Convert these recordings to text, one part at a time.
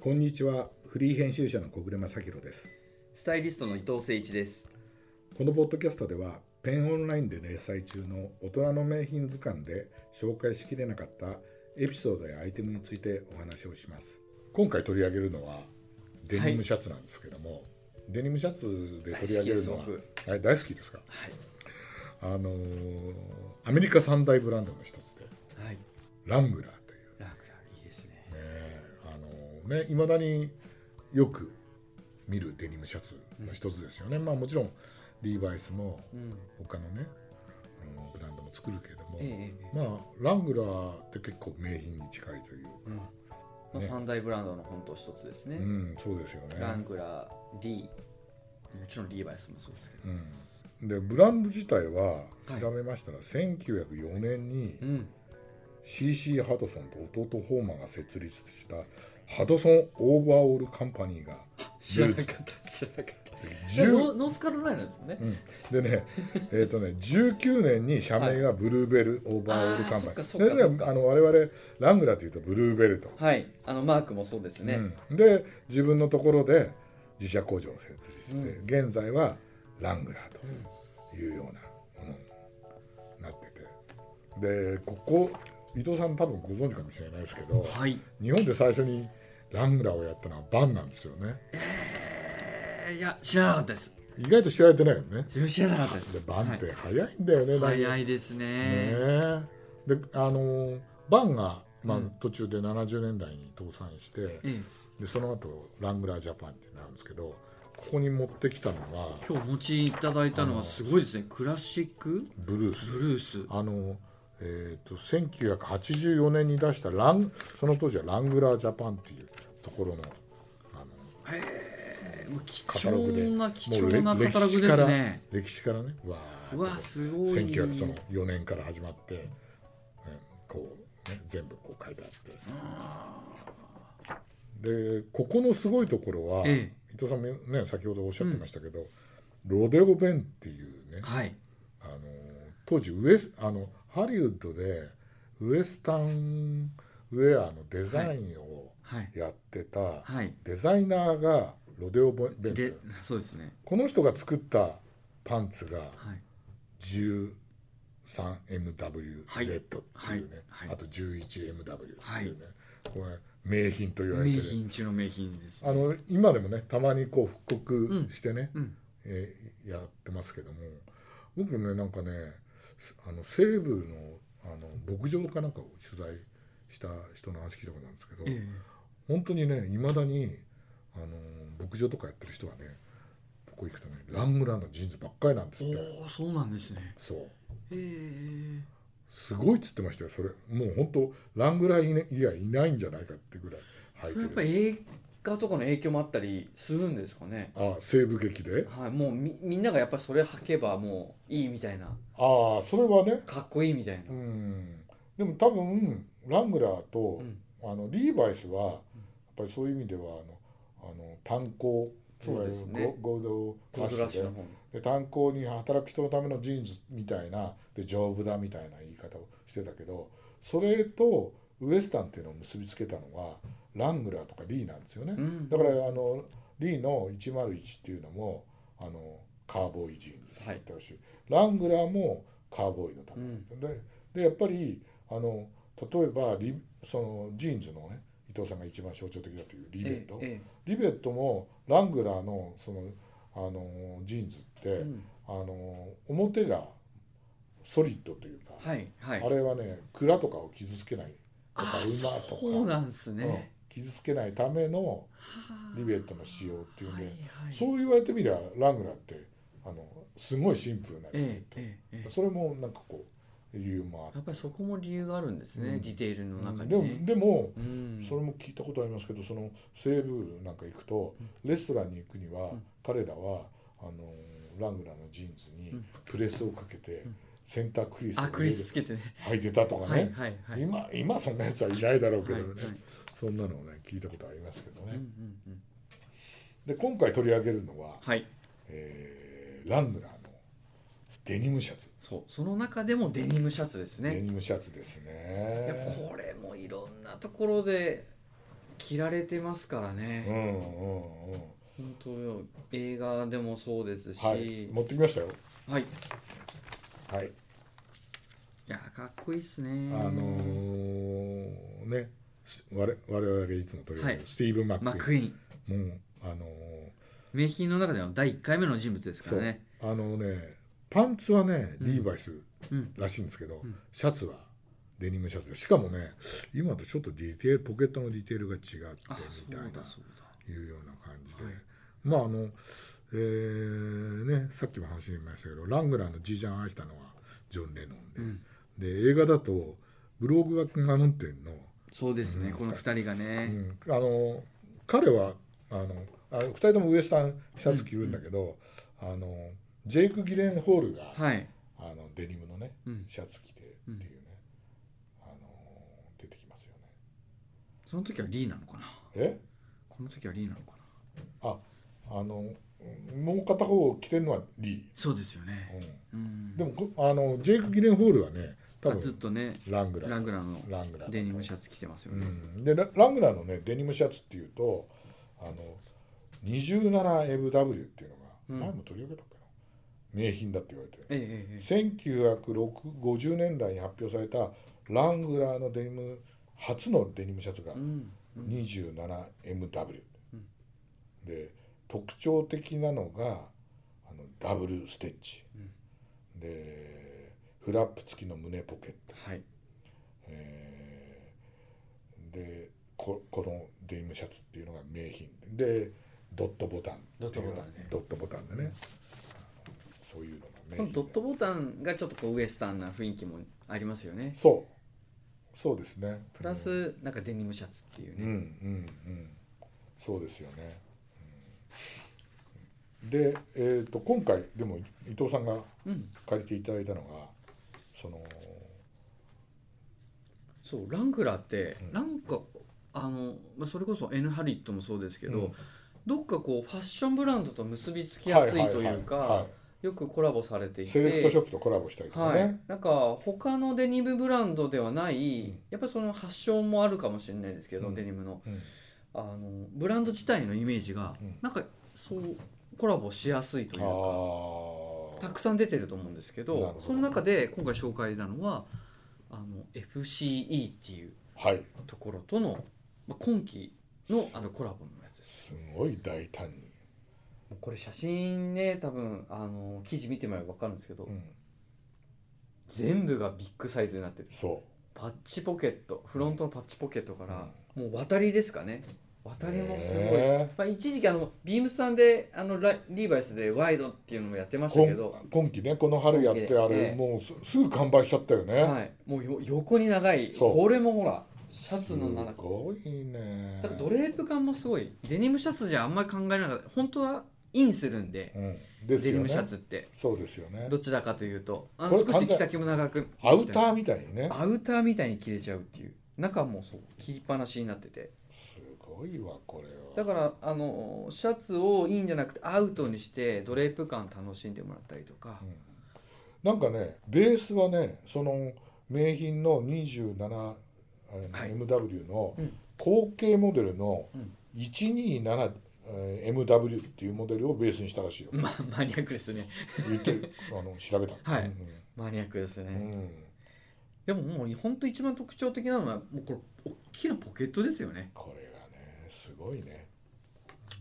こんにちはフリー編集者の小暮正弘ですスタイリストの伊藤誠一です。このポッドキャストではペンオンラインで連載中の大人の名品図鑑で紹介しきれなかったエピソードやアイテムについてお話をします今回取り上げるのはデニムシャツなんですけども、デニムシャツで取り上げるのは大好きですはい大好きですかはい。あのーアメリカ三大ブランドの一つではい。ラングラーというラクラいいですね。ねあのねいまだによく見るデニムシャツの一つですよね、まあもちろんリーバイスもうん。他のね、うんブランドも作るけれども、ええええ。まあラングラーって結構名品に近いというか、うん。まあ、ね三大ブランドの本当一つですねう。ん、そうですよランね、グラー、リー、もちろんリーバイスもそうですけど。うん、でブランド自体ははい調べましたら、1904年にうん。 CC ハドソンと弟ホーマーが設立したハドソンオーバーオールカンパニーが知らなかった。知らなかった。で10ノノースカロライナですもんね。でね、 えっ、とね、19年に社名がブルーベル、オーバーオールカンパニあーそー。っかそっかでそっね、かあの我々ラングラーというとブルーベルと。はい。あのマークもそうですね。うん、で自分のところで自社工場を設立して、う現在はラングラーというようなものになってて、でここ伊藤さん多分ご存知かもしれないですけど、はい。日本で最初にラングラーをやったのはバンなんですよね。えー、いや知らなかったです。意外と知られてないよね。いや知らなかったで。ですバンっはて早いんだよね。ない、んか早いですね。ねえであのーバンが、まあうん途中で70年代に倒産して、ええ。でその後ラングラージャパンってなるんですけどここに持ってきたのが今日お持ちいただいたのはすごいですね。クラシックブルーブスルース。あの、えー、と1984年に出したランその当時はラングラージャパンっていうところのあのもう貴カタログで重な貴もう重れなカタログですね。歴史から歴史からねわーっうとわすごい。 1904年から始まって、うんこう、ね、全部こう書いてあってでここのすごいところは、ええ伊藤さんもね先ほどおっしゃってましたけど、ロデオ弁っていうねはい。あの当時ウエスあのハリウッドでウエスタンウェアのデザインをはい。やってた、はい。デザイナーがロデオ弁っていでう、そうですね。この人が作ったパンツが、はい。13MWZ っていうね、はいはいはいあと 11MW っていうね、はいこれ名品と言われて名る品中の名品です、あの今でもねたまにこう復刻してね、うん。えーやってますけども僕ねなんかねすあの西部のあの牧場かなんかを取材した人の話聞いたことあるんですけど、え本当にねいまだにあの牧場とかやってる人はねここ行くとねラングランのジーンズばっかりなんですえっておお、そうなんですね。そう。ええすごいっつってましたよそれもう本当ラングラー以外いないんじゃないかってぐらい履いそれやってぱる映画とかの影響もあったりするんですかね。あ西部劇ではい。もうみみんながやっぱりそれ履けばもういいみたいな、ああそれはねかっこいいみたいうな。んでも多分ラングラーと、うんあのリーバイスはやっぱりそういう意味ではあのあの炭鉱そうですねいわゆるゴゴールドゴラッールシドラュッシでュの方の。で炭鉱に働く人のためのジーンズみたいなで丈夫だみたいな言い方をしてたけどそれとウエスタンっていうのを結びつけたのはラングラーとかリーなんですよね、うんだからあのリーの101っていうのもあのカーボーイジーンズだったし、ラングラーもカーボーイのため、ででやっぱりあの例えばリそのジーンズのね伊藤さんが一番象徴的だというリベット、ええリベットもラングラーのそのあのジーンズって、ええうんあの表がソリッドというか、はいはい。あれはね蔵とかを傷つけないとかあ馬とかそうなんですね。うん傷つけないためのはあリベットの使用っていうんはで、いはい、そう言われてみりゃラングラーってあのすごいシンプルなリベッえト、えええええそれもなんかこう理由もあやっぱりそこも理由があるんですね、うんディテールのって、中にでもね。でも、うんそれも聞いたことありますけどその西部なんか行くとレストランに行くにはん彼らはあのラングラーのジーンズにんプレスをかけてセンタークリスをあ、入クれリるスつけてね。履いてたとかはいねはいはい。今今そんなやつはいないだろうけどねはいはいそんなのをね聞いたことありますけどうんうねんうんで今回取り上げるのははい。えーラングラーのデニムシャツそう、その中でもデニムシャツですデね。ニムシャツですいやねこれもいろんなところで切られてますからうんね、うんうん本当よ映画でもそうですし、ははいい持ってきましたよいはいやかっこいいっすねあのーねす我我々がいつも取り上げはるいスティーブン・マックイマックイーンーンもうあのー名品の中では第1回目の人物ですかそうらねあのねパンツはねうんリーバイスうんらしいんですけど、んシャツはデニムシャツでしかもね今とちょっとディテールポケットのディテールが違ってあみそうたいなだそうだいうような感じで、はいまああのえーねさっきも話に出ましたけどラングラーのじいちゃん愛したのはジョン・レノンで,、うんで映画だとブログが運転の,、そうですね、うんこの2人がうね、ん、あの彼はあのあ2人ともウエスタンシャツ着るんだけど、あのジェイク・ギレンホールが、はい、あのデニムのねうん、シャツ着てっていうね、あの出てきますよね。その時はリーなのかなえこの時はリーなのかなああのうんもう片方着てるのはリそうですよー。ね、うんうん、でもこあのジェイク・ギレンホールはね多あずっ分とねラングラーラングラーのラングラーデニムシャツ、ャツ着てますようね、ん、でララングラーのねデニムシャツっていうとあの 27FW っていうのが、うん前も取り上げたっけな名品だって言われてええええええ1950年代に発表されたラングラーのデニム初のデニムシャツがうんうん、 27MW、うんで特徴的なのがあのダブルステッチ、でフラップ付きの胸ポケット、はいえーでここのデニムシャツっていうのが名品でドットボタンっていうのドットボタンねドットボタンでねそういうのが名この品ドットボタンがちょっとこうウエスタンな雰囲気もありますよねそうそうですねプラスなんかデニムシャツっていううね、んうんうんそうですよね。うんで、えー、と今回でも伊藤さんがうん借りていただいたのがそのそうランクラーって、うんなんかあの、まあ、それこそ N ハリットもそうですけど、うんどっかこうファッションブランドと結びつきやすいというはははかよくコラボされていいてセレクトショップとコラボしたりとかはね、い、なんか他のデニムブランドではない、うんやっぱその発祥もあるかもしれないですけど、うんデニムのうんあのブランド自体のイメージが、うんなんかそうコラボしやすいというかあたくさん出てると思うんですけどなるほどその中で今回紹介なのはあの FCE っていうあはいところとの、まあ、今期のあのコラボのやつですすごい大胆に、これ写真ね多分あの記事見てもらえば分かるんですけど、うん、全部がビッグサイズになってるそパッチポケットフロントのパッチポケットから、もう渡りですかねう渡りもすごい、ねまあ、一時期あのビームスさんであのラリーバイスでワイドっていうのもやってましたけど今、今期ねこの春やっ今て期であれ、ええもうすすぐ完売しちゃったよね、はい、もうよ横に長いそうこれもほらシャツの7す個ごいねただドレープ感もすごいデニムシャツじゃあんまり考えなかった本当はインするんでうん、ですデニよムシャねツってそうですよねどちらかというとあこのれ少し着丈も長くアウターみたいにねアウターみたいに切れちゃうっていう中もそう切りっぱなしになっててすごいわこれだはからあのシャツをインじゃなくてアウトにしてドレープ感楽しんでもらったりとか、なんかねベースはねその名品の 27MW はいのうん後継モデルのうん 127MW っていうモデルをベースにしたらしいよまマニアックですね言って あの調べたはいうんマニアックですね、うんでももうほんと一番特徴的なのはもうこれ大きなポケットですよねこれがねすごいね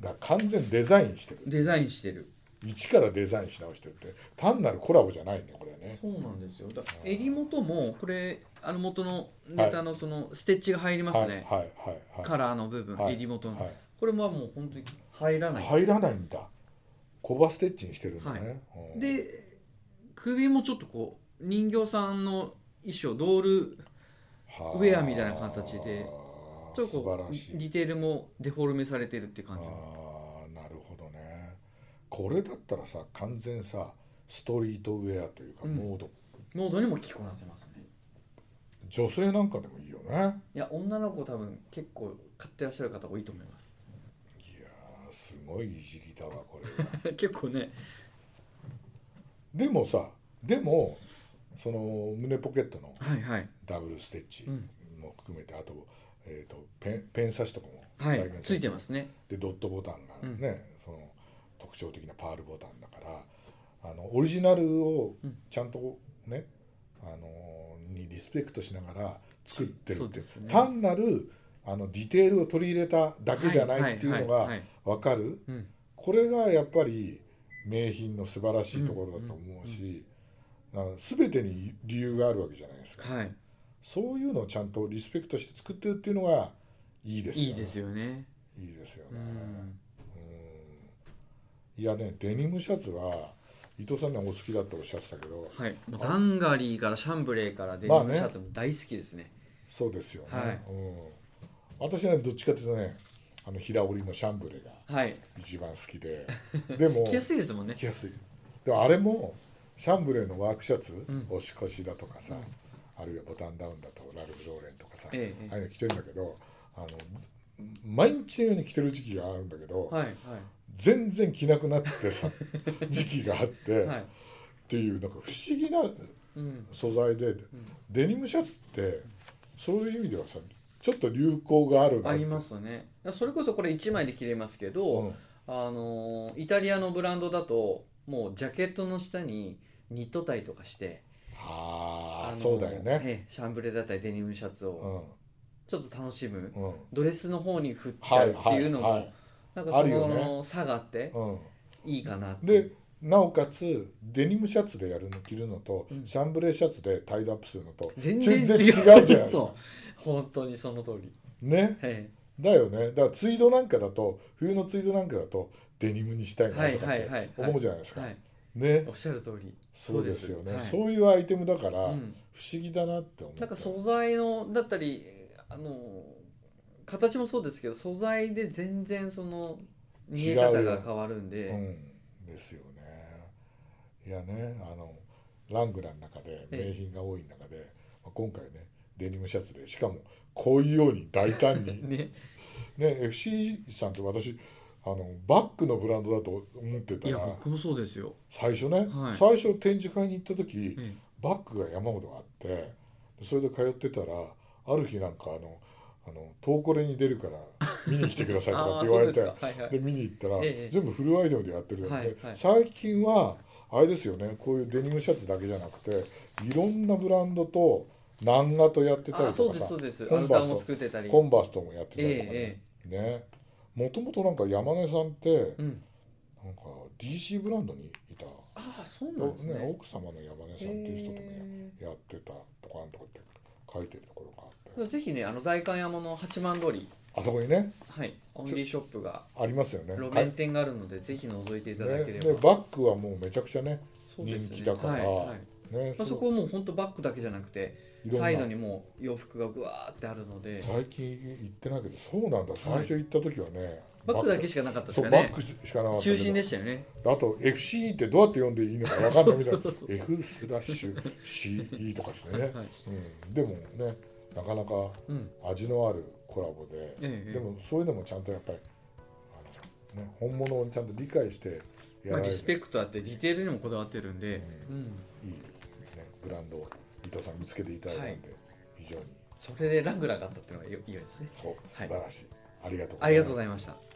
だから完全デザインしてるデザインしてる一からデザインし直してるって単なるコラボじゃないねこれねそうなんですよだからうん襟元もこれあの元のネタのそのステッチが入りますはいね、はいはいはいカラーの部分、はい襟元の、はいこれももう本当に入らない、入らないんだコバステッチにしてるんだね、うんで首もちょっとこう人形さんの衣装ドールはあウェアみたいな形でちょっと素晴こらうデしいィテールもデフォルメされてるってあ感じあなるほどねこれだったらさ完全さストリートウェアというかうんモード、ノードにも着こなせますね女性なんかでもいいよねいやいや女の子多分結構買ってらっしゃる方多いと思います ーすごいいじりだわこ れは結構ねでもさでもその胸ポケットのはいはいダブルステッチうんも含めて、あと、えー、とペンペン差しとかもは再い現ついてまますねでドットボタンがね、その特徴的なパールボタンだからあのオリジナルをちゃんとね、あのにリスペクトしながら作ってるそっうて、ですね単なるあのディテールを取り入れただけじゃないっていうのはがははい分かる、うんこれがやっぱり名品の素晴らしいところだと思うし、なんか全てに理由があるわけじゃないですか。はいそういうのをちゃんとリスペクトして作ってるっていうのがいいですよね。いいですよねいいですよね。ううんんいやねデニムシャツは伊藤さんねお好きだっておっしゃってたけど、はいもうダンガリーからシャンブレーからデニムシャツも大好きですねそうですよね。はいうん、私はねどっちかというとねあの平織りのシャンブレがはい一番好き で、でも着やすいですもんね着やすいでもあれもシャンブレーのワークシャツ、押し越しだとかさ、あるいはボタンダウンだとラルフ・ローレンとかさ、ええああいうの着てるんだけどあの毎日のように着てる時期があるんだけど、はいはい全然着なくなってさ時期があって、はっい、ていうなんか不思議なうん、素材で、デニムシャツってそういう意味ではさちょっと流行があるなってありますねそれこそこれ1枚で着れますけど、うんあのーイタリアのブランドだともうジャケットの下にニットタイとかしてあああのーそうだよね、ええシャンブレだったりデニムシャツうをんちょっと楽しむうんドレスの方に振っちはゃういっていうのも、はいなんかそあるよのね差があってはいうんいいかなってでなおかつデニムシャツでやるの着るのと、シャンブレーシャツでタイドアップするのと全然違う違うじゃないですか そう本当にその通り、ねはいだよねだからツイードなんかだと冬のツイードなんかだとデニムにしたいなとかはっいはいはいはてい思うじゃないですか、はい、ねおっしゃる通りそうですよねそうはいいうアイテムだから、うん不思議だなって思ってなんか素材のだったりあの形もそうですけど素材で全然その見え方が変わるんで、うん、ですよねいやねあのラングランの中でええ名品が多い中で、まあ今回ねデニムシャツでしかもこういうように大胆 にねね、FC さんって私あのバッグのブランドだと思ってたいやら僕もそうですよ、最初ね、はい最初展示会に行った時えバッグが山ほどあってそれで通ってたらある日なんかあの「あの東コレに出るから見に来てくださえ、い」とかっあ あてそ言うわでれすてかはいはでい見に行ったら、ええ全部フルアイテムでやってるやつで、はいはい最近はあれですよねこういうデニムシャツだけじゃなくていろんなブランドと南画とやってたありそとかうですさそうですアコウンタバーースもと作ってたりコンバースともやってたりとかね。えねもともとなんか山根さんってうん、なんか DC ブランドにいた、ああそうなんおですねね、奥様の山根さんっていう人ともや,、へやってたとかなんとかって書いてるところがあってえぜひねあの代官山の八幡通りあそこにねはいオンリーショップがありますよね路はい面店があるのでぜひ覗いていただけれねでば、バッグはもうめちゃくちゃねそうです人ね気だからはいはいねまあ、そこはもう本当バッグだけじゃなくていろんなサイドにもう洋服がぐわーってあるので最近行ってないけどそうなんだ最初行った時はね、バッグだけしかなかったでそすうかバねッグしかなかったけど中心でしたよねあと FC ってどうやって読んでいいのか分かんないみたいな F スラッシュ CE とかですね、はいうん、でもねなかなかうん味のあるコラボで、ええでもそういうのもちゃんとやっぱりあの、ね、本物をちゃんと理解してやまらあ、れる、リスペクトあってディテールにもこだわってるんで、うんいい、ね、ブランドを伊藤さん見つけていただいたんで、非常にそれでラグラだったっていうのが良いいですねそう素晴らしい、ありがとうございますありがとうございました